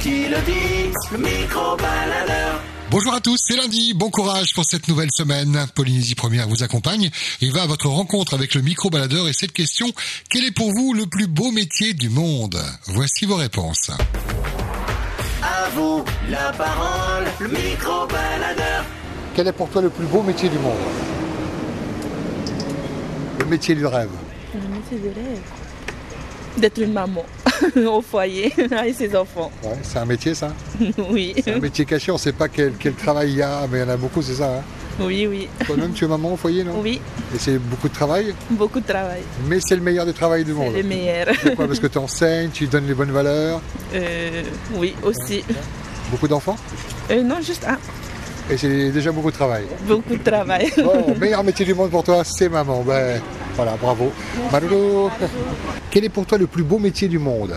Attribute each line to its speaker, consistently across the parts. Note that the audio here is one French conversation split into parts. Speaker 1: qui le dit, le micro-baladeur.
Speaker 2: Bonjour à tous, c'est lundi, bon courage pour cette nouvelle semaine. Polynésie Première vous accompagne et va à votre rencontre avec le micro-baladeur et cette question, quel est pour vous le plus beau métier du monde Voici vos réponses.
Speaker 1: À vous la parole, le micro-baladeur.
Speaker 2: Quel est pour toi le plus beau métier du monde Le métier du rêve.
Speaker 3: Le métier de rêve. D'être une maman au foyer avec ses enfants.
Speaker 2: Ouais, c'est un métier ça
Speaker 3: Oui,
Speaker 2: C'est un métier caché, on ne sait pas quel, quel travail il y a, mais il y en a beaucoup, c'est ça. hein
Speaker 3: oui, oui.
Speaker 2: Toi-même, tu es maman au foyer, non
Speaker 3: Oui,
Speaker 2: Et c'est beaucoup de travail,
Speaker 3: beaucoup de travail.
Speaker 2: mais c'est le meilleur des travails du
Speaker 3: C'est
Speaker 2: monde.
Speaker 3: le meilleur.
Speaker 2: Pourquoi Parce que tu enseignes, tu donnes les bonnes valeurs,
Speaker 3: Euh, oui, aussi.
Speaker 2: beaucoup d'enfants,
Speaker 3: Euh, non, juste un.
Speaker 2: et c'est déjà beaucoup de travail.
Speaker 3: Beaucoup de travail.
Speaker 2: Bon, meilleur métier du monde pour toi, c'est maman. Ben, voilà, bravo. Marlo, quel est pour toi le plus beau métier du monde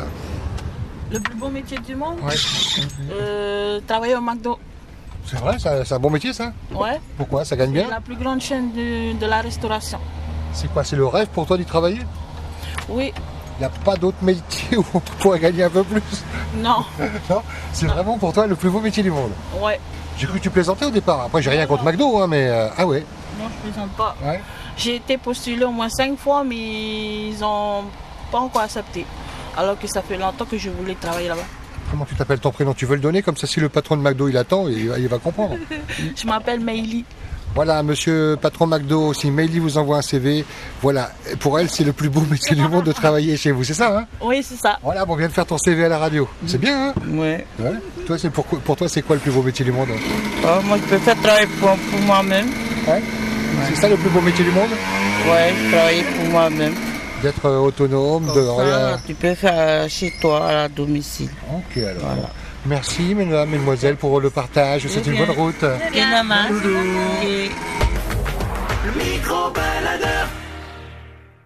Speaker 4: Le plus beau métier du monde
Speaker 2: Ouais.
Speaker 4: euh, Travailler au McDo.
Speaker 2: C'est vrai, ça- c'est un bon métier ça
Speaker 4: Ouais.
Speaker 2: Pourquoi Ça gagne
Speaker 4: C'est
Speaker 2: bien
Speaker 4: la plus grande chaîne de, de la restauration.
Speaker 2: C'est quoi C'est le rêve pour toi d'y travailler
Speaker 4: Oui.
Speaker 2: Il n'y a pas d'autre métier où on pourrait gagner un peu plus
Speaker 4: Non.
Speaker 2: Non C'est vraiment pour toi le plus beau métier du monde
Speaker 4: Ouais.
Speaker 2: J'ai cru que tu plaisantais au départ. Après, j'ai rien contre McDo, hein, mais. euh, ah ouais
Speaker 4: Non, je plaisante pas.
Speaker 2: Ouais.
Speaker 4: J'ai été postulée au moins cinq fois, mais ils ont pas encore accepté. Alors que ça fait longtemps que je voulais travailler là-bas.
Speaker 2: Comment tu t'appelles ton prénom Tu veux le donner Comme ça, si le patron de McDo il attend, il, il va comprendre.
Speaker 4: Je m'appelle Meili.
Speaker 2: Voilà, monsieur patron McDo, si Meili vous envoie un CV, voilà, pour elle, c'est le plus beau métier du monde de travailler chez vous, c'est ça, hein
Speaker 4: Oui, c'est ça.
Speaker 2: Voilà, bon, on vient de faire ton CV à la radio. C'est bien, hein
Speaker 5: Ouais.
Speaker 2: Ouais. Toi, c'est pour, pour toi, c'est quoi le plus beau métier du monde hein
Speaker 5: Oh, moi, je préfère travailler pour, pour moi-même.
Speaker 2: Ouais C'est ça le plus beau métier du monde
Speaker 5: Ouais, je travaille pour moi-même.
Speaker 2: D'être euh, autonome, de
Speaker 5: Comme ça,
Speaker 2: rien.
Speaker 5: tu peux faire chez toi, à la domicile.
Speaker 2: Ok, alors.
Speaker 5: Voilà. Eh
Speaker 2: Merci, mesdames, mesdemoiselles, pour le partage. C'est une bonne route.
Speaker 5: Et la main, et
Speaker 1: Le micro-baladeur.